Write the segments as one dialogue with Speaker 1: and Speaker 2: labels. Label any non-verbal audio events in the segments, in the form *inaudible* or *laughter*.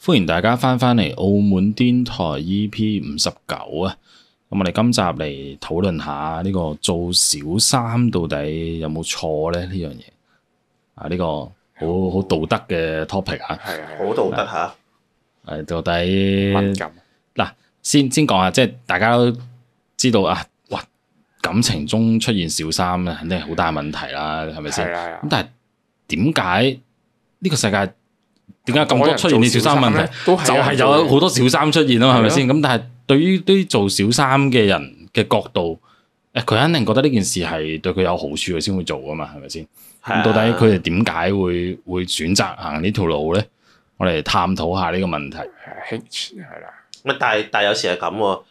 Speaker 1: 歡迎大家翻返嚟澳門電台 EP 五十九啊！咁我哋今集嚟討論下呢個做小三到底有冇錯咧？呢樣嘢啊，呢個好好道德嘅 topic 啊！
Speaker 2: 係啊，
Speaker 3: 好道德嚇，
Speaker 1: 誒，到
Speaker 2: 敏
Speaker 1: 底
Speaker 2: 感，
Speaker 1: 先先講下，即係大家都知道啊，哇！感情中出現小三咧，肯定係好大問題啦，係咪先
Speaker 2: 係？啊係啊
Speaker 1: 咁。嗯但係點解呢個世界點解咁多出現呢小三問題？
Speaker 2: 題，都
Speaker 1: 就係
Speaker 2: 係啊
Speaker 1: 有好多小三出現啦，係咪
Speaker 2: 係咯
Speaker 1: 先？咁但係對於啲做小三嘅人嘅角度，誒佢肯定覺得呢件事係對佢有好處，佢先會做噶嘛，係咪先？
Speaker 3: 係啊
Speaker 1: 咁到底佢哋點解會會選擇行呢條路咧？我哋探討下呢個問題。
Speaker 2: 係興係啦，
Speaker 3: 咁啊但係但係有時係咁喎，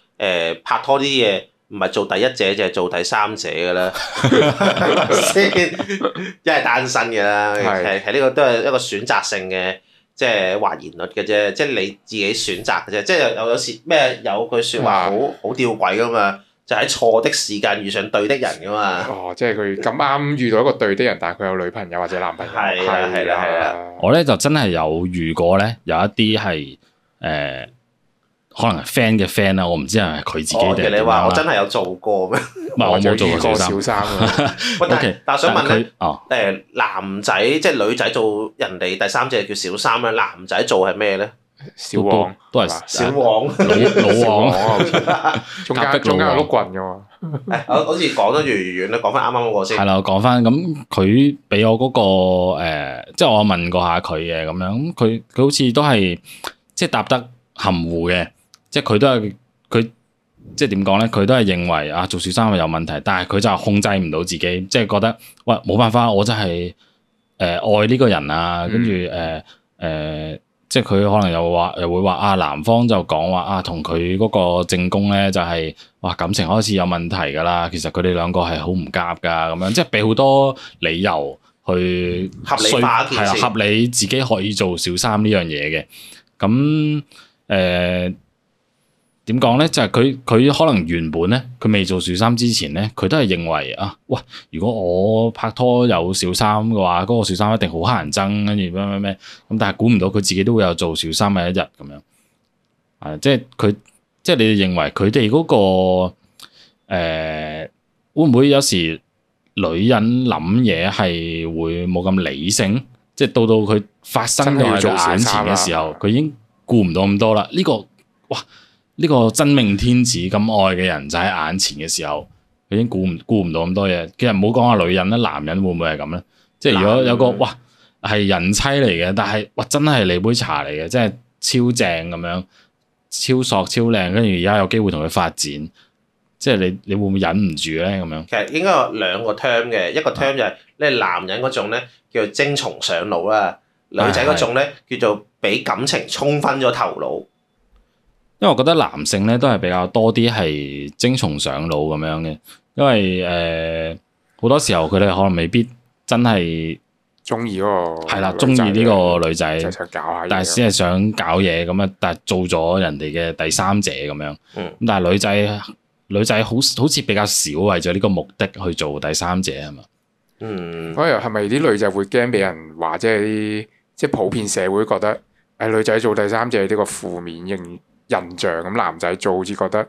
Speaker 3: 誒拍拖啲嘢唔係做第一者就係做第三者㗎啦， *laughs* 係咪先一係單身㗎啦，其
Speaker 2: 係
Speaker 3: 實其實呢個都係一個選擇性嘅。即係或言率嘅啫，即係你自己選擇嘅啫。即係有有時咩有句説話
Speaker 1: 嗯
Speaker 3: 好好吊詭㗎嘛，就喺錯的時間遇上對的人㗎嘛。
Speaker 2: 哦，即係佢咁啱遇到一個對的人，但係佢有女朋友或者男朋友，啊
Speaker 3: 係啦係啦係啦
Speaker 1: 我咧就真係有遇過咧，有一啲係誒，可能係 friend 嘅 friend 啦，我唔知係咪佢自己定
Speaker 3: 哦，
Speaker 1: 係
Speaker 3: 你
Speaker 1: 點樣啊
Speaker 3: 話
Speaker 1: 啦
Speaker 3: 我真係有做過咩？
Speaker 1: 唔啊係我冇做過小三。
Speaker 2: 小三啊，
Speaker 3: 喂，但
Speaker 1: OK，
Speaker 3: 係但係想問
Speaker 1: 但
Speaker 3: 咧
Speaker 1: 係。佢哦。
Speaker 3: 誒、呃男仔即係女仔做人哋第三者叫小三啦，男仔做係咩咧？
Speaker 2: 小王
Speaker 1: 都係
Speaker 2: 係嘛
Speaker 1: 小
Speaker 3: 王，
Speaker 1: 老老
Speaker 2: 小王啊
Speaker 1: 王，
Speaker 2: 好似中
Speaker 1: 夾
Speaker 2: 間
Speaker 1: 壁
Speaker 2: 中間
Speaker 1: 老王
Speaker 2: 有碌棍嘅喎，
Speaker 3: *laughs* 誒，好好似講得越嚟越遠啦，講翻啱啱嗰個
Speaker 1: 係
Speaker 3: 先。
Speaker 1: 啦，我講翻咁佢俾我嗰、個、呃、即係我問過下佢嘅咁樣，咁佢佢好似都係即係答得含糊嘅，即係佢都係佢即係點講咧？佢都係認為啊做小三係有問題，但係佢就控制唔到自己，即係覺得喂冇辦法，我真係誒、呃、愛呢個人啊，跟住誒誒。即係佢可能又話，又會話啊，男方就講話啊，同佢嗰個正宮咧就係、哇感情開始有問題㗎啦，其實佢哋兩個係好唔夾㗎，咁樣即係俾好多理由去
Speaker 3: 合理化一件
Speaker 1: 係啦
Speaker 3: 事
Speaker 1: 合理自己可以做小三呢樣嘢嘅。咁誒點講咧？就係佢佢可能原本咧，佢未做小三之前咧，佢都係認為啊，哇！如果我拍拖有小三嘅話，嗰、個小三一定好乞人憎，跟住咩咩咩咁，但係估唔到佢自己都會有做小三嘅一日咁樣。啊，即係佢即係你哋認為佢哋嗰個誒、呃、會唔會有時女人諗嘢係會冇咁理性？即係到到佢發生到
Speaker 2: 真係要
Speaker 1: 喺
Speaker 2: 做
Speaker 1: 佢眼
Speaker 2: 小
Speaker 1: 前
Speaker 2: 三
Speaker 1: 嘅
Speaker 2: 啦
Speaker 1: 時候，佢已經顧唔到咁多啦。呢、個哇，呢、個真命天子咁愛嘅人就喺眼前嘅時候，佢已經顧唔顧唔到咁多嘢。其實唔好講下女人啦，男人會唔會係咁咧？即係如
Speaker 3: 男
Speaker 1: 果
Speaker 3: 人
Speaker 1: 有個哇係人妻嚟嘅，但係哇真係你杯茶嚟嘅，真係超正咁樣。超索超靚，跟住而家有機會同佢發展，即係你你會唔會忍唔住咧咁樣？
Speaker 3: 其實應該有兩個 term 嘅，一個 term 就係咧男人嗰種咧叫做精蟲上腦啦，女仔嗰種咧叫做俾感情沖昏咗頭腦。
Speaker 1: 因為我覺得男性咧都係比較多啲係精蟲上腦咁樣嘅，因為誒呃好、多時候佢哋可能未必真係
Speaker 2: 中意嗰個
Speaker 1: 係啦，
Speaker 2: 女
Speaker 1: 中意
Speaker 2: 仔
Speaker 1: 呢
Speaker 2: 嘅
Speaker 1: 個女
Speaker 2: 就
Speaker 1: 仔，
Speaker 2: 想搞下嘢，
Speaker 1: 但係先係想搞嘢咁啊，但係做咗人哋嘅第三者咁樣。
Speaker 3: 嗯
Speaker 1: 咁但係女仔女仔好好似比較少為咗呢個目的去做第三者啊係嘛？
Speaker 3: 嗯，
Speaker 2: 嗰日係咪啲女仔會驚俾人話，即係啲即係普遍社會覺得，誒、哎女仔做第三者呢個負面形印象，咁男仔做好似覺得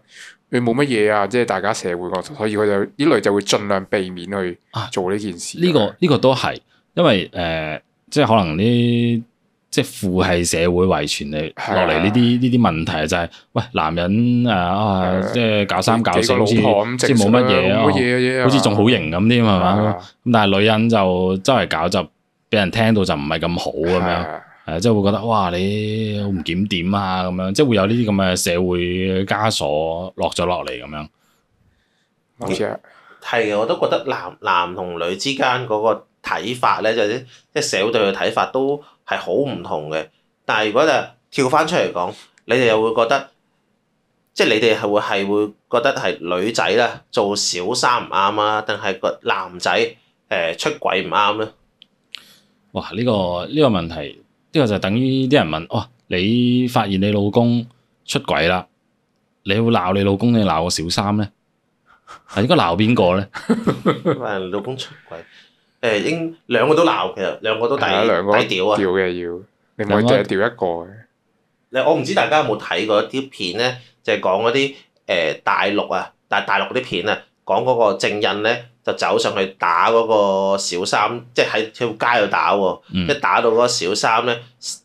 Speaker 2: 佢冇乜嘢啊，即係大家社會覺得，所以佢就啲女仔會盡量避免去
Speaker 1: 啊
Speaker 2: 做呢件事。
Speaker 1: 呢、個呢、個都係，因為誒、呃即係可能呢，即係父系社會遺傳嚟
Speaker 2: 係
Speaker 1: 落
Speaker 2: 啊
Speaker 1: 嚟呢啲呢啲問題就係、喂男人啊啊，
Speaker 2: 係啊
Speaker 1: 即係搞三搞
Speaker 2: 幾
Speaker 1: 四
Speaker 2: 個
Speaker 1: 好
Speaker 2: 老
Speaker 1: 似
Speaker 2: 婆咁
Speaker 1: 好似
Speaker 2: 正
Speaker 1: 冇
Speaker 2: 常
Speaker 1: 乜
Speaker 2: 啊
Speaker 1: 嘢
Speaker 2: 冇乜
Speaker 1: 啊，
Speaker 2: 嘢嘅啫，
Speaker 1: 好似仲好型咁添係
Speaker 2: 係
Speaker 1: 嘛？
Speaker 2: 啊？
Speaker 1: 咁但係女人就周圍搞就俾人聽到就唔係咁好咁
Speaker 2: 係
Speaker 1: 樣，
Speaker 2: 啊
Speaker 1: 係即係會覺得哇你好唔檢點啊咁樣，即係會有呢啲咁嘅社會枷鎖落咗落嚟咁樣。
Speaker 2: 好似係
Speaker 3: 係嘅，啊我都覺得男男同女之間嗰個睇法咧，就係啲即係社會對佢睇法都係好唔同嘅。但係如果就跳翻出嚟講，你哋又會覺得，即係你哋係會係會覺得係女仔啦做小三唔啱啊，定係個男仔誒、呃出軌唔啱咧？
Speaker 1: 哇！呢、個呢、個問題，呢、個就等於啲人問：哇、你發現你老公出軌啦，你會鬧你老公定鬧個小三咧？係應該鬧邊個咧？
Speaker 3: 誒啊老公出軌，誒、應兩個都鬧，其實兩個都抵
Speaker 2: 係啊兩個
Speaker 3: 抵屌啊！
Speaker 2: 調嘅要，你唔可
Speaker 1: 兩
Speaker 2: 以
Speaker 1: 個
Speaker 2: 淨係調一個嘅。
Speaker 3: 你我唔知大家有冇睇過一啲片咧，就係講嗰啲誒大陸啊，但係大陸嗰啲片啊，講嗰個正印咧就走上去打嗰個小三，即係喺條街度打喎， *laughs*
Speaker 1: 嗯
Speaker 3: 一打到嗰個小三咧，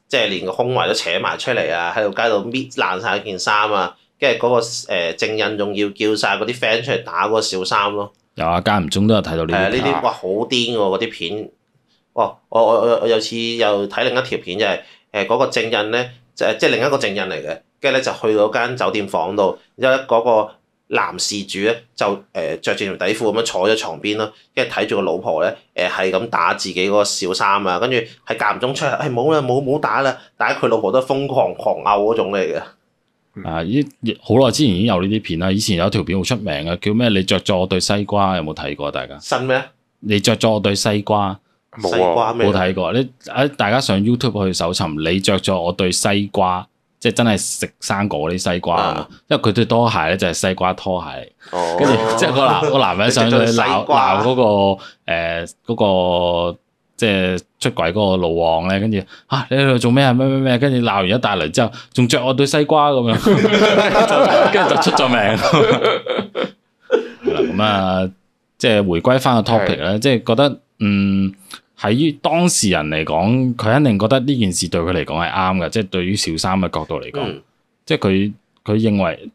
Speaker 3: 即係連個胸圍都扯埋出嚟啊，喺條街度搣爛晒件衫啊，跟住嗰個誒正印仲要叫晒嗰啲 friend 出嚟打嗰個小三咯。
Speaker 1: 有啊，間唔中都有睇到
Speaker 3: 係啊，
Speaker 1: 呢
Speaker 3: 呢
Speaker 1: 啲
Speaker 3: 啲哇好癲喎！嗰啲片，哇！我我我我有次又睇另一條片，就係誒嗰個證人咧，就係即係另一個證人嚟嘅，跟住咧就去到間酒店房度，然之後咧嗰個男事主咧就誒著住條底褲咁樣坐咗床邊咯，跟住睇住個老婆咧誒係咁打自己嗰個小三啊，跟住係間唔中出嚟，誒冇啦冇冇打啦，但係佢老婆都係瘋狂狂毆嗰種嚟嘅，
Speaker 1: 啊！依好耐之前已經有呢啲片啦，以前有條片好出名嘅，叫咩？你着咗我對西瓜，有冇睇過？大家
Speaker 3: 新咩？啊
Speaker 1: 你着咗我對西瓜，
Speaker 2: 冇
Speaker 3: 西
Speaker 2: 啊，
Speaker 3: 瓜咩
Speaker 1: 冇？睇過。你啊，大家上 YouTube 去搜尋，你着咗我對西瓜，即係真係食生果嗰啲西瓜啊
Speaker 3: 啊！
Speaker 1: 因為佢對拖鞋咧就係西瓜拖鞋嚟。
Speaker 3: 哦
Speaker 1: 跟住即係個
Speaker 3: *laughs*
Speaker 1: 男個男人上去
Speaker 3: 你直到
Speaker 1: 鬧
Speaker 3: 西瓜
Speaker 1: 鬧嗰個誒嗰個即係出軌嗰個老王咧，跟住啊你喺度做咩啊咩咩咩，跟住鬧完一大輪之後，仲着我對西瓜咁樣，就 *laughs* 跟住就出咗名。係啦咁啊，即係回歸翻個 topic 啦，即係覺得嗯。喺於當事人嚟講，佢肯定覺得呢件事對佢嚟講係啱嘅，即係對於小三嘅角度嚟講，
Speaker 3: 嗯
Speaker 1: 即係佢佢認為，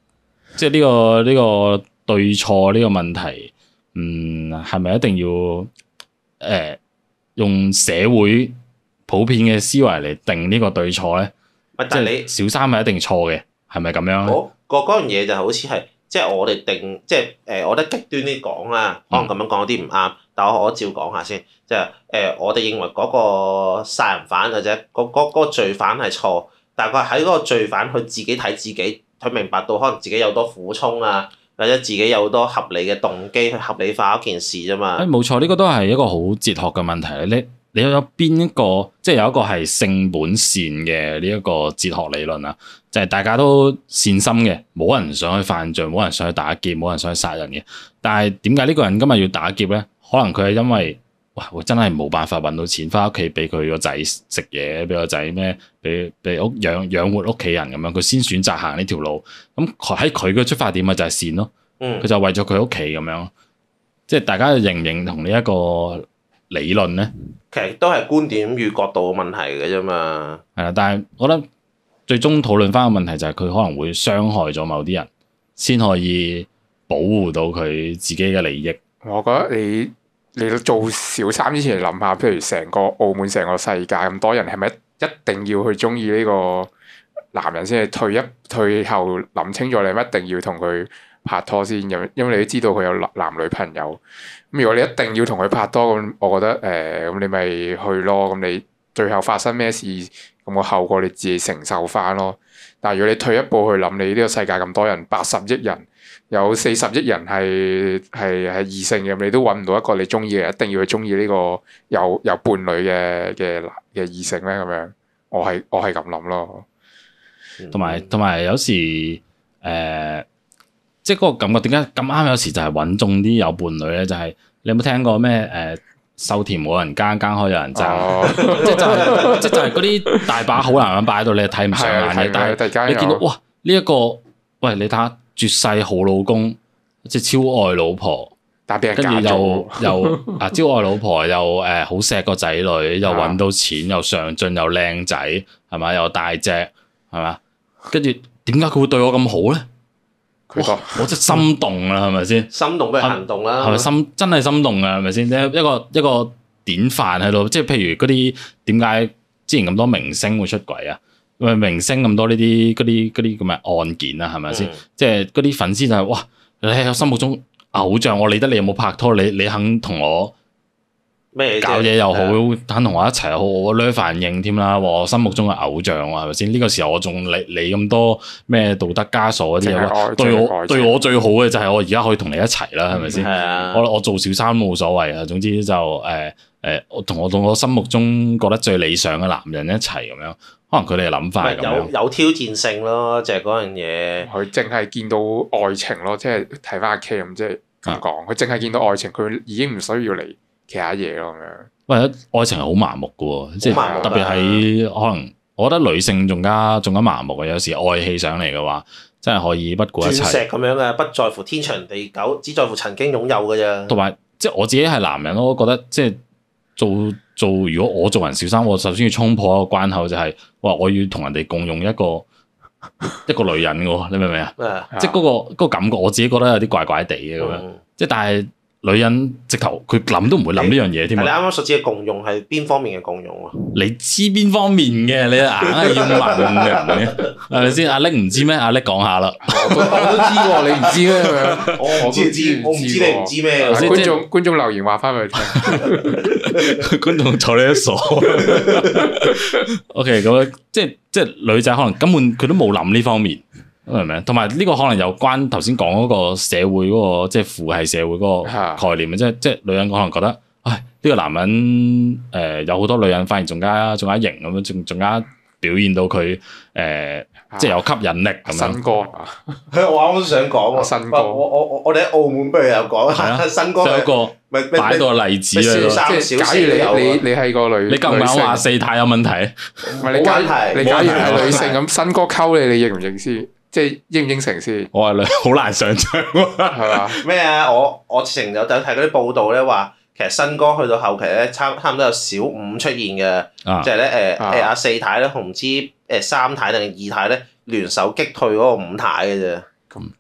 Speaker 1: 即係呢、個呢、個對錯呢個問題，嗯，係咪一定要誒、呃用社會普遍嘅思維嚟定呢個對錯咧？
Speaker 3: 喂
Speaker 1: 即
Speaker 3: 但係你
Speaker 1: 係。小三係一定錯嘅，係咪咁樣咧？
Speaker 3: 嗰嗰嗰樣嘢就好似係即係我哋定即係誒、呃我覺得極端啲講啦，
Speaker 1: 嗯
Speaker 3: 可能咁樣講有啲唔啱，但我我照講下先，即係誒、呃我哋認為嗰個殺人犯或者嗰嗰嗰個罪犯係錯，但係佢喺嗰個罪犯佢自己睇自己，佢明白到可能自己有多苦衷啊，或者自己有多合理嘅動機去合理化嗰件事啫
Speaker 1: 誒。
Speaker 3: 嘛
Speaker 1: 哎冇錯，呢、個都係一個好哲學嘅問題。你你有邊一個，即係有一個係性本善嘅呢一個哲學理論啊，就係、大家都善心嘅，冇人想去犯罪，冇人想去打劫，冇人想去殺人嘅。但係點解呢個人今日要打劫咧？可能佢係因為哇，我真係冇辦法揾到錢，翻屋企俾佢個仔食嘢，俾個仔咩，俾俾屋養養活屋企人咁樣，佢先選擇行呢條路。咁佢喺佢嘅出發點咪就係善咯。
Speaker 3: 嗯
Speaker 1: 佢，就為咗佢屋企咁樣，即係大家認唔認同呢一個理論咧？
Speaker 3: 其實都係觀點與角度嘅問題嘅啫嘛。
Speaker 1: 係啦，但係我覺得最終討論翻個問題就係佢可能會傷害咗某啲人，先可以保護到佢自己嘅利益。
Speaker 2: 我覺得你你做小三之前諗下，譬如成個澳門、成個世界咁多人，係咪一定要去中意呢個男人先？係退一退後諗清楚，你係咪一定要同佢拍拖先？因因為你都知道佢有男男女朋友。咁如果你一定要同佢拍拖，咁我覺得誒，咁、你咪去咯。咁你最後發生咩事，咁個後果你自己承受翻咯。但係如果你退一步去諗，你呢個世界咁多人，八十億人。有四十億人係係係異性嘅，你都揾唔到一個你中意嘅，一定要去中意呢個有有伴侶嘅嘅男嘅異性咩咁樣？我係我係咁諗咯，
Speaker 3: 嗯
Speaker 1: 同埋同埋有時誒、呃即係嗰個感覺點解咁啱？有時就係穩中啲有伴侶咧，就係、你有冇聽過咩誒、呃瘦甜冇人耕，耕開有人爭，
Speaker 2: 哦，
Speaker 1: 即係就係、即係就係嗰啲大把好男人擺喺度，你係睇唔上
Speaker 2: 係
Speaker 1: 眼
Speaker 2: 啊，
Speaker 1: 嘅，但係
Speaker 2: 係。突然間
Speaker 1: 你見到
Speaker 2: 有
Speaker 1: 哇呢一、個喂，你睇下絕世好老公，即係超愛老婆，
Speaker 2: 但俾人
Speaker 1: 跟住
Speaker 2: 嫁
Speaker 1: 又
Speaker 2: 咗， *laughs*
Speaker 1: 又啊超愛老婆，又誒好錫個仔女，又
Speaker 2: 啊
Speaker 1: 揾到錢，又上進，又靚仔，係咪？又大隻，係咪？跟住點解佢會對我咁好咧？
Speaker 2: 佢個
Speaker 1: 我真係心動啊啦，係咪先？
Speaker 3: 心動不如行動
Speaker 2: 啊
Speaker 3: 啦，
Speaker 1: 係咪心真係心動啊？係咪先？即係一個一個典範喺度，即係譬如嗰啲點解之前咁多明星會出軌啊？因為明星咁多呢啲嗰啲嗰啲咁嘅案件啊，係咪先？
Speaker 3: 嗯
Speaker 1: 即係嗰啲粉絲就係、哇，你喺我心目中偶像，我理得你有冇拍拖，你你肯同我
Speaker 3: 咩啫
Speaker 1: 搞嘢又好
Speaker 3: 係啊，
Speaker 1: 肯同我一齊又好，我掠反應添啦，話我心目中嘅偶像啊喎，係咪先？呢、個時候我仲理理咁多咩道德枷鎖嗰啲
Speaker 2: 淨係
Speaker 1: 嘢，
Speaker 2: 愛
Speaker 1: 喂對
Speaker 2: 淨係
Speaker 1: 我
Speaker 2: 愛
Speaker 1: 對我最好嘅就係我而家可以同你一齊啦，係咪先？
Speaker 3: 係啊，
Speaker 1: 我我做小三冇所謂啊，總之就誒誒，我同我同我心目中覺得最理想嘅男人一齊咁樣，可能佢哋嘅諗法係
Speaker 3: 咪
Speaker 1: 咁
Speaker 3: 有
Speaker 1: 樣，
Speaker 3: 有挑戰性咯，就係嗰樣嘢。
Speaker 2: 佢淨係見到愛情咯，即係睇翻阿 K 咁，即係
Speaker 1: 啊
Speaker 2: 咁講，佢淨係見到愛情，佢已經唔需要你其他嘢咯咁樣。
Speaker 1: 喂，愛情係好麻木嘅喎，即係
Speaker 3: 好麻木㗎
Speaker 1: 特別喺可能我覺得女性仲加仲加麻木嘅，有時愛氣上嚟嘅話，真係可以不顧
Speaker 3: 鑽
Speaker 1: 一
Speaker 3: 石
Speaker 1: 切。
Speaker 3: 咁樣嘅，不在乎天長地久，只在乎曾經擁有嘅咋。
Speaker 1: 同埋即係我自己係男人，我都覺得即係做做，如果我做人小三，我首先要衝破一個關口，就係、哇，我要同人哋共用一個 *laughs* 一個女人嘅喎，你明唔明啊？
Speaker 3: 啊，
Speaker 1: 即係嗰、個嗰個感覺，我自己覺得有啲怪怪地嘅
Speaker 2: 啊
Speaker 1: 咁樣。
Speaker 3: 嗯
Speaker 1: 即係但係女人直頭佢諗都唔會諗呢樣嘢
Speaker 3: 但
Speaker 1: 添
Speaker 3: 你
Speaker 1: 啊！
Speaker 3: 啱啱所指嘅共用係邊方面嘅共用啊？
Speaker 1: 你知邊方面嘅？你硬係要問人嘅， *laughs* 係咪先？阿叻唔知咩？阿叻講下啦。
Speaker 2: 我都我都知喎，你唔知咩咁樣？
Speaker 3: 我唔知知，我唔知你唔知咩
Speaker 1: 頭
Speaker 3: 喎。
Speaker 1: 先
Speaker 2: 觀眾觀眾留言話翻俾佢
Speaker 1: *laughs*
Speaker 2: 聽，
Speaker 1: 觀眾睬你一 *laughs* 傻。O K，咁樣即係即係女仔可能根本佢都冇諗呢方面，明唔明？同埋呢個可能有關頭先講嗰個社會嗰、個即係父系社會 *laughs* 嗰個概念啊，即係即係女人可能覺得，唉，呢、個男人誒、呃有好多女人反而仲加仲加型咁樣，仲仲加表現到佢誒、呃即係有吸引力咁樣。
Speaker 2: 新歌啊，
Speaker 3: *laughs* 我啱啱都想講喎，
Speaker 2: 新歌
Speaker 3: 我我我我哋喺澳門不如又講
Speaker 1: 係啊
Speaker 3: 下 *laughs* 新歌
Speaker 1: 即係有一
Speaker 3: 咪
Speaker 1: 個
Speaker 3: 咪咪
Speaker 2: 啊
Speaker 1: 擺到個例子喺度
Speaker 3: 三
Speaker 2: 即
Speaker 3: 小
Speaker 2: 係假
Speaker 3: 時都有啊
Speaker 2: 如你你你係個女，
Speaker 1: 你夠唔
Speaker 2: 女
Speaker 1: 夠
Speaker 2: 性
Speaker 1: 話四態有問題？
Speaker 2: 唔係你假
Speaker 3: 冇問
Speaker 2: 如
Speaker 3: 題
Speaker 2: 你假如
Speaker 1: 冇問
Speaker 2: 係
Speaker 1: 題
Speaker 2: 女性咁新歌溝你，你應唔應先？即係應唔應承
Speaker 3: *laughs*
Speaker 2: 先？
Speaker 1: 我
Speaker 2: *laughs*
Speaker 1: 話你好難想像喎。
Speaker 2: 係嘛？
Speaker 3: 咩啊？我我之前有睇嗰啲報道咧，話其實新歌去到後期咧，差差唔多有小五出現嘅，
Speaker 1: 啊
Speaker 3: 即係咧誒
Speaker 2: 啊
Speaker 3: 誒阿四太咧，同唔知誒三太定二太咧聯手擊退嗰個五太嘅啫。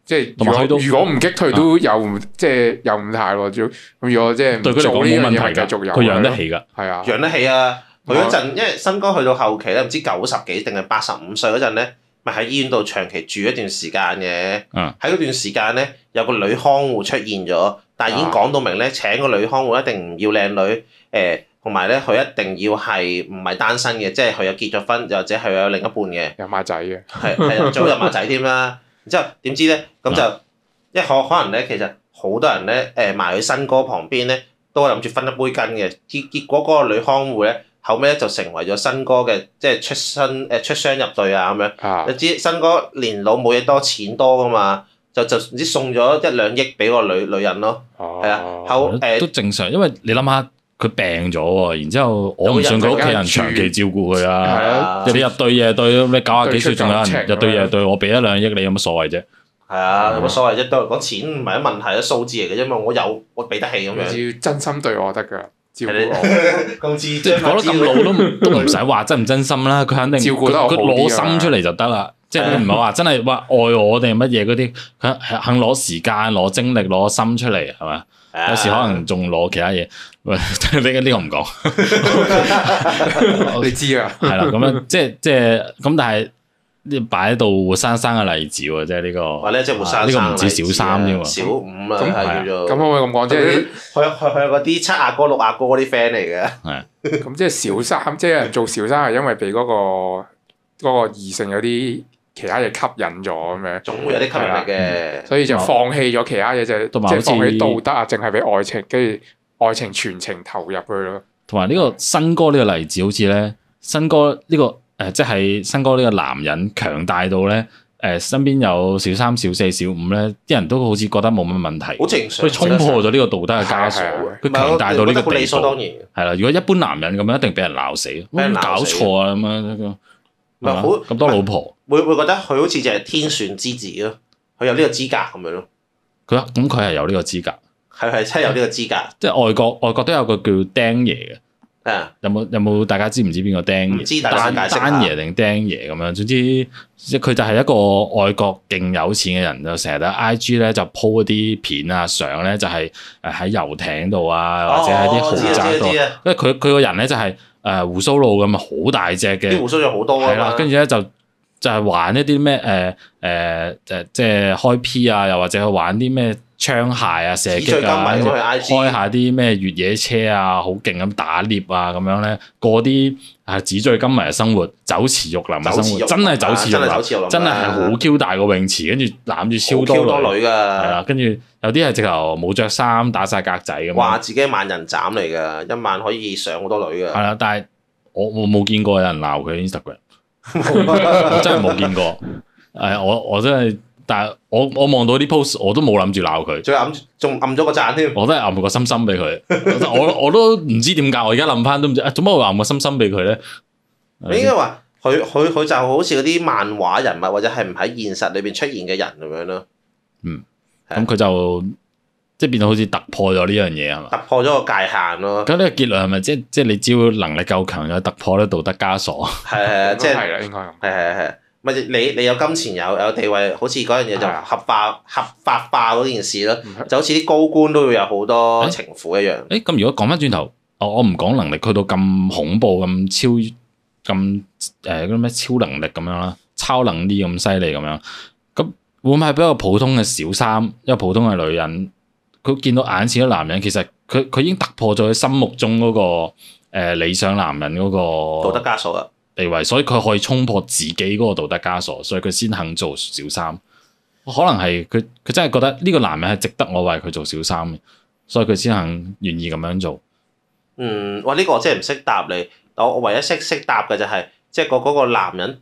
Speaker 2: 即係
Speaker 1: 同埋去
Speaker 2: 如
Speaker 1: 到啊
Speaker 2: 果如果唔擊退都有唔即係有唔太喎，主要咁如果即係唔
Speaker 1: 對佢嚟
Speaker 2: 做
Speaker 1: 講
Speaker 2: 呢
Speaker 1: 冇
Speaker 2: 樣
Speaker 1: 問
Speaker 2: 嘢
Speaker 1: 題
Speaker 2: 咪繼
Speaker 1: 㗎，
Speaker 2: 續有
Speaker 1: 佢養得起㗎。
Speaker 2: 係啊，
Speaker 3: 養得起啊！佢
Speaker 2: 啊
Speaker 3: 嗰陣，因為新歌去到後期咧，唔知九十幾定係八十五歲嗰陣咧，咪喺醫院度長期住一段時間嘅。
Speaker 1: 嗯
Speaker 3: 喺嗰段時間咧，有個女看護出現咗，但係已經講到明咧，請個女看護一定唔要靚女，誒同埋咧佢一定要係唔係單身嘅，即係佢有結咗婚，又或者佢有另一半嘅。
Speaker 2: 有孖仔嘅，
Speaker 1: *laughs*
Speaker 3: 係係啊早有埋仔添啦。然之後點知咧，咁就一可可能咧，其實好多人咧，誒埋佢新歌旁邊咧，都諗住分一杯羹嘅。結結果嗰個女看護咧，後尾咧就成為咗新歌嘅，即係出新誒出雙入對啊咁樣。
Speaker 2: 啊
Speaker 3: 你知新歌年老冇嘢多錢多噶嘛，就就唔知送咗一兩億俾個女女人咯。
Speaker 2: 係
Speaker 3: 係啊
Speaker 2: 哦
Speaker 3: 後誒
Speaker 1: 哦都正常，因為你諗下佢病咗喎，然之後我唔信佢屋企人長期照顧佢
Speaker 2: 係
Speaker 1: 啊。
Speaker 2: 啊
Speaker 3: 啊
Speaker 1: 你日對夜對，你九啊廿幾歲仲有
Speaker 2: 對
Speaker 1: 人
Speaker 2: 出咁
Speaker 1: 日對夜對，我俾一兩億你有乜所謂啫？
Speaker 3: 係啊，有乜所謂啫？對我嚟講錢唔係一問題啊，數字嚟嘅啫嘛。我有我俾得起咁
Speaker 2: 你
Speaker 3: 樣。
Speaker 2: 要真心對我得㗎，照顧我。
Speaker 3: *laughs* 咁自
Speaker 1: 即係講得咁老都唔都唔使話真唔真心啦，佢肯定
Speaker 2: 照顧
Speaker 1: 佢
Speaker 2: 得我
Speaker 1: 佢
Speaker 2: 好啲
Speaker 1: 攞
Speaker 2: 啊
Speaker 1: 心出嚟就得啦。即係佢唔係話真係話愛我定乜嘢嗰啲，佢肯肯攞時間、攞精力、攞心出嚟係嘛？有時可
Speaker 3: 啊
Speaker 1: 能仲攞其他嘢， *laughs* 喂，呢呢個唔講。
Speaker 2: *laughs* 你知啊，
Speaker 1: 系啦，咁
Speaker 3: *laughs*
Speaker 1: 樣即係即係咁，但係呢擺到活生生嘅例子喎，即係呢個，
Speaker 3: 或者即係活生
Speaker 1: 呢
Speaker 3: 生
Speaker 1: 個唔止
Speaker 3: 例子
Speaker 1: 小三添
Speaker 3: 啊
Speaker 1: 喎，
Speaker 3: 小五啊，
Speaker 2: 咁
Speaker 3: 係叫
Speaker 2: 咁
Speaker 3: 做
Speaker 2: 可唔可以咁講？即係
Speaker 3: 佢佢佢嗰啲七阿哥六阿哥嗰啲 friend 嚟嘅，
Speaker 2: *laughs* 咁即係小三，即係有人做小三係因為俾嗰個嗰個異性有啲其他嘢吸引咗咁樣，
Speaker 3: 總會有啲吸引力
Speaker 1: 啊
Speaker 3: 嘅。
Speaker 2: 所以就放棄咗其他嘢，就
Speaker 1: 同埋
Speaker 2: 即
Speaker 1: 好
Speaker 2: 係
Speaker 1: 似
Speaker 2: 放棄道德啊，淨係俾愛情，跟住愛情全程投入去咯。
Speaker 1: 同埋呢個新歌呢個例子，好似咧新歌呢、個誒、呃即係新歌呢個男人強大到咧誒、呃身邊有小三、小四、小五咧，啲人都好似覺得冇乜問題
Speaker 3: 好，正常。
Speaker 1: 佢衝破咗呢個道德嘅枷鎖
Speaker 2: 係啊係啊，
Speaker 1: 佢強大到呢個
Speaker 3: 唔係我覺得好
Speaker 1: 地
Speaker 3: 理所當
Speaker 1: 步。
Speaker 3: 然嘅，
Speaker 1: 係啦，如果一般男人咁樣，一定俾人鬧死，
Speaker 3: 俾人
Speaker 1: 咁
Speaker 3: 鬧死
Speaker 1: 搞錯啊咁樣，係
Speaker 3: 咪
Speaker 1: 嘛
Speaker 3: 好
Speaker 1: 咁多老婆，
Speaker 3: 會會覺得佢好似就係天選之子咯，佢有呢個資格咁樣咯，
Speaker 1: 佢咁佢係有呢個資格。
Speaker 3: 係係真係有呢個資格
Speaker 1: 即係外國外國都有個叫釘爺嘅，
Speaker 3: 啊！
Speaker 1: 有冇有冇大家知唔知邊個釘爺？
Speaker 3: 唔知大家
Speaker 1: 單
Speaker 3: 解釋下
Speaker 1: 單爺定釘爺咁樣，總之即係佢就係一個外國勁有錢嘅人，就成日喺 I G 咧就 po 一啲片啊相咧，就係誒喺遊艇度啊，或者喺啲
Speaker 3: 哦
Speaker 1: 豪
Speaker 3: 知啊
Speaker 1: 宅
Speaker 3: 知
Speaker 1: 度，
Speaker 3: 啊
Speaker 1: 因
Speaker 3: 知啊，
Speaker 1: 為佢佢個人咧就係誒胡鬚佬咁啊，好大隻嘅
Speaker 3: 啲。胡鬚有好多啊
Speaker 1: 係啦
Speaker 3: 嘛，，
Speaker 1: 跟住咧就就係玩一啲咩誒誒誒，即係開 P 啊，又或者去玩啲咩槍械啊、射擊啊，
Speaker 3: 紙醉金迷咁去 IG
Speaker 1: 開下啲咩越野車啊，好勁咁打獵啊，咁樣咧過啲啊紙醉金迷嘅生活，酒池肉林嘅
Speaker 3: 走
Speaker 1: 生
Speaker 3: 似
Speaker 1: 活，啊真係酒池肉
Speaker 3: 真係走
Speaker 1: 林，
Speaker 3: 似肉林啊，
Speaker 1: 真係好 Q 大個泳池，跟住攬住超
Speaker 3: 好 Q
Speaker 1: 多女，
Speaker 3: 女
Speaker 1: 係
Speaker 3: 㗎，
Speaker 1: 啦，跟住有啲係直頭冇着衫，打晒格仔咁
Speaker 3: 話
Speaker 1: 樣，
Speaker 3: 自己萬人斬嚟㗎，一萬可以上好多女
Speaker 1: 係
Speaker 3: 㗎，
Speaker 1: 啦，但係我我冇見過有人鬧佢 Instagram。我真係冇見過。誒，我我真係，但係我我望到啲 post，我都冇諗住鬧佢，
Speaker 3: *laughs* 仲暗仲暗咗個讚添。
Speaker 1: 我都係暗個心心俾佢。我我都唔知點解，我而家諗翻都唔知，啊，做乜我暗個心心俾佢咧？
Speaker 3: 你應該話佢佢佢就好似嗰啲漫畫人物或者係唔喺現實裏邊出現嘅人咁樣咯，
Speaker 1: 咁佢就即係變到好似突破咗呢樣嘢係嘛？
Speaker 3: 突破咗個界限咯，
Speaker 1: 咁呢個結論係咪即係即係你只要能力夠強，有突破咧道德枷鎖？
Speaker 3: 係係係即係
Speaker 2: 係啦，應該咁。
Speaker 3: 係係係，咪你你有金錢有有地位，好似嗰樣嘢就
Speaker 2: 係啊
Speaker 3: 合法合法化嗰件事咯，
Speaker 2: 唔係
Speaker 3: 就好似啲高官都會有好多
Speaker 1: 誒
Speaker 3: 情婦一樣，
Speaker 1: 誒咁如果講翻轉頭，哦我我唔講能力去到咁恐怖、咁超、咁呃誒嗰啲咩超能力咁樣啦，超能力咁犀利咁樣，咁會唔會係俾一個普通嘅小三，一個普通嘅女人，佢見到眼前嘅男人，其實佢佢已經突破咗佢心目中嗰、個、誒理想男人嗰
Speaker 3: 道
Speaker 1: 個
Speaker 3: 德枷鎖啦。啊
Speaker 1: 地位，所以佢可以衝破自己嗰個道德枷鎖，所以佢先肯做小三。可能係佢佢真係覺得呢個男人係值得我為佢做小三嘅，所以佢先肯願意咁樣做。
Speaker 3: 嗯，哇！呢、個我真係唔識答你，我我唯一識識答嘅就係、即係個嗰個男人，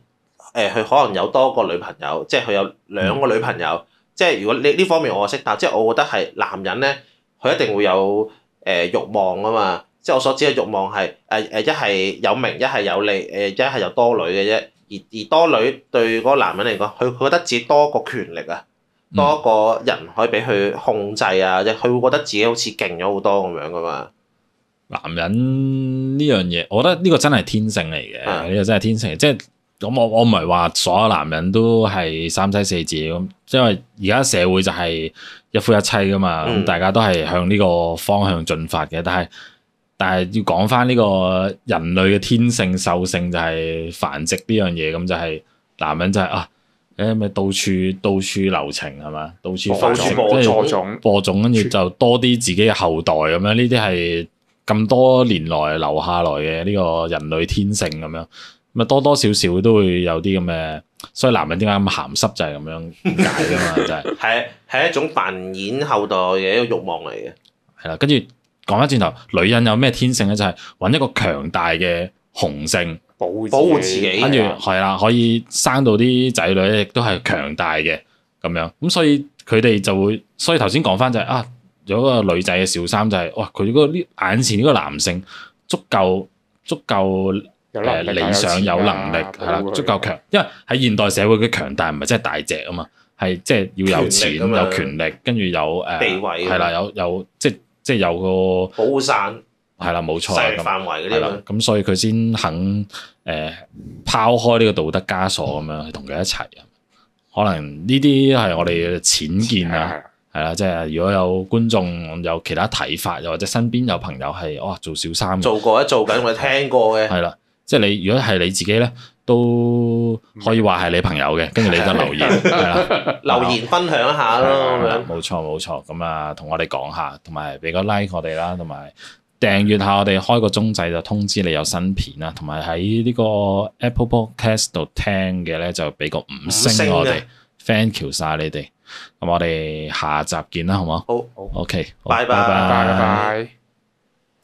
Speaker 3: 誒、佢可能有多個女朋友，即係佢有兩個女朋友，即係如果呢呢方面我識答，即係我覺得係男人咧，佢一定會有誒、欲望啊嘛，即係我所指嘅欲望係誒誒一係有名，一係有利，誒、一係有多女嘅啫，而而多女對嗰個男人嚟講，佢佢覺得自己多個權力啊。
Speaker 1: 嗯
Speaker 3: 多一個人可以俾佢控制啊，即係佢會覺得自己好似勁咗好多咁樣噶嘛。
Speaker 1: 男人呢樣嘢，我覺得呢個真係天性嚟嘅，
Speaker 3: 啊
Speaker 1: 呢個真係天性。即係咁，我我唔係話所有男人都係三妻四妾咁，因為而家社會就係一夫一妻噶嘛，咁、
Speaker 3: 嗯
Speaker 1: 大家都係向呢個方向進發嘅。但係但係要講翻呢個人類嘅天性獸性就係繁殖呢樣嘢，咁就係男人就係、啊，誒咪到處到處留情係嘛，到處
Speaker 2: 到
Speaker 1: 繁
Speaker 2: 處
Speaker 1: 殖，
Speaker 2: 播
Speaker 1: 跟住
Speaker 2: 錯種，
Speaker 1: 播種，跟住就多啲自己嘅後代咁樣，呢啲係咁多年來留下來嘅呢個人類天性咁樣，咁啊多多少少都會有啲咁嘅，所以男人點解咁鹹濕就係咁樣解噶嘛，就係
Speaker 3: 係係一種繁衍後代嘅一個慾望嚟嘅。
Speaker 1: 係啦。跟住講翻轉頭，女人有咩天性咧？就係、揾一個強大嘅雄性，
Speaker 2: 保護
Speaker 3: 保護自己
Speaker 1: 跟住係啦，可以生到啲仔女，亦都係強大嘅咁樣。咁所以佢哋就會，所以頭先講翻就係、啊，有個女仔嘅小三就係、哇，佢嗰個呢眼前呢個男性足夠足夠
Speaker 2: 有
Speaker 1: 誒
Speaker 2: 能力啊
Speaker 1: 理想有能力
Speaker 3: 啊
Speaker 1: 係啦，足夠。強，因為喺現代社會嘅強大唔係真係大隻啊嘛，係即係要有錢
Speaker 3: 權力啊嘛
Speaker 1: 有權力，跟住有誒、
Speaker 3: 地位啊
Speaker 1: 係啦，有有即即係有個
Speaker 3: 保護傘
Speaker 1: 係啦，冇錯啦
Speaker 3: 勢力
Speaker 1: 咁。
Speaker 3: 範圍
Speaker 1: 係
Speaker 3: 嗰啲
Speaker 1: 啦
Speaker 3: 嘛，，
Speaker 1: 咁所以佢先肯誒、呃、拋開呢個道德枷鎖咁樣，同佢一齊啊。可能呢啲係我哋嘅淺見啊，
Speaker 2: 啊，
Speaker 1: 係啦，即係如果有觀眾有其他睇法，又或者身邊有朋友係哇做小三嘅，
Speaker 3: 做過一做緊，我哋聽過嘅。
Speaker 1: 係啦，即係你如果係你自己咧，都可以話係你朋友嘅，跟住你就 *laughs* 留言係啦。
Speaker 3: 留言分享一下咯，咁樣
Speaker 1: 冇錯冇錯，咁啊同我哋講下，同埋俾個 like 我哋啦，同埋訂閱下我哋開個鐘仔就通知你有新片啦，同埋喺呢個 Apple Podcast 度聽嘅咧就俾個五
Speaker 3: 五
Speaker 1: 星
Speaker 3: 星
Speaker 1: 我哋
Speaker 3: 啊
Speaker 1: ，thank you 晒你哋，咁我哋下集見啦，好唔好
Speaker 3: 好好。
Speaker 1: ？OK，好
Speaker 3: 拜拜
Speaker 1: 啊
Speaker 2: 拜拜。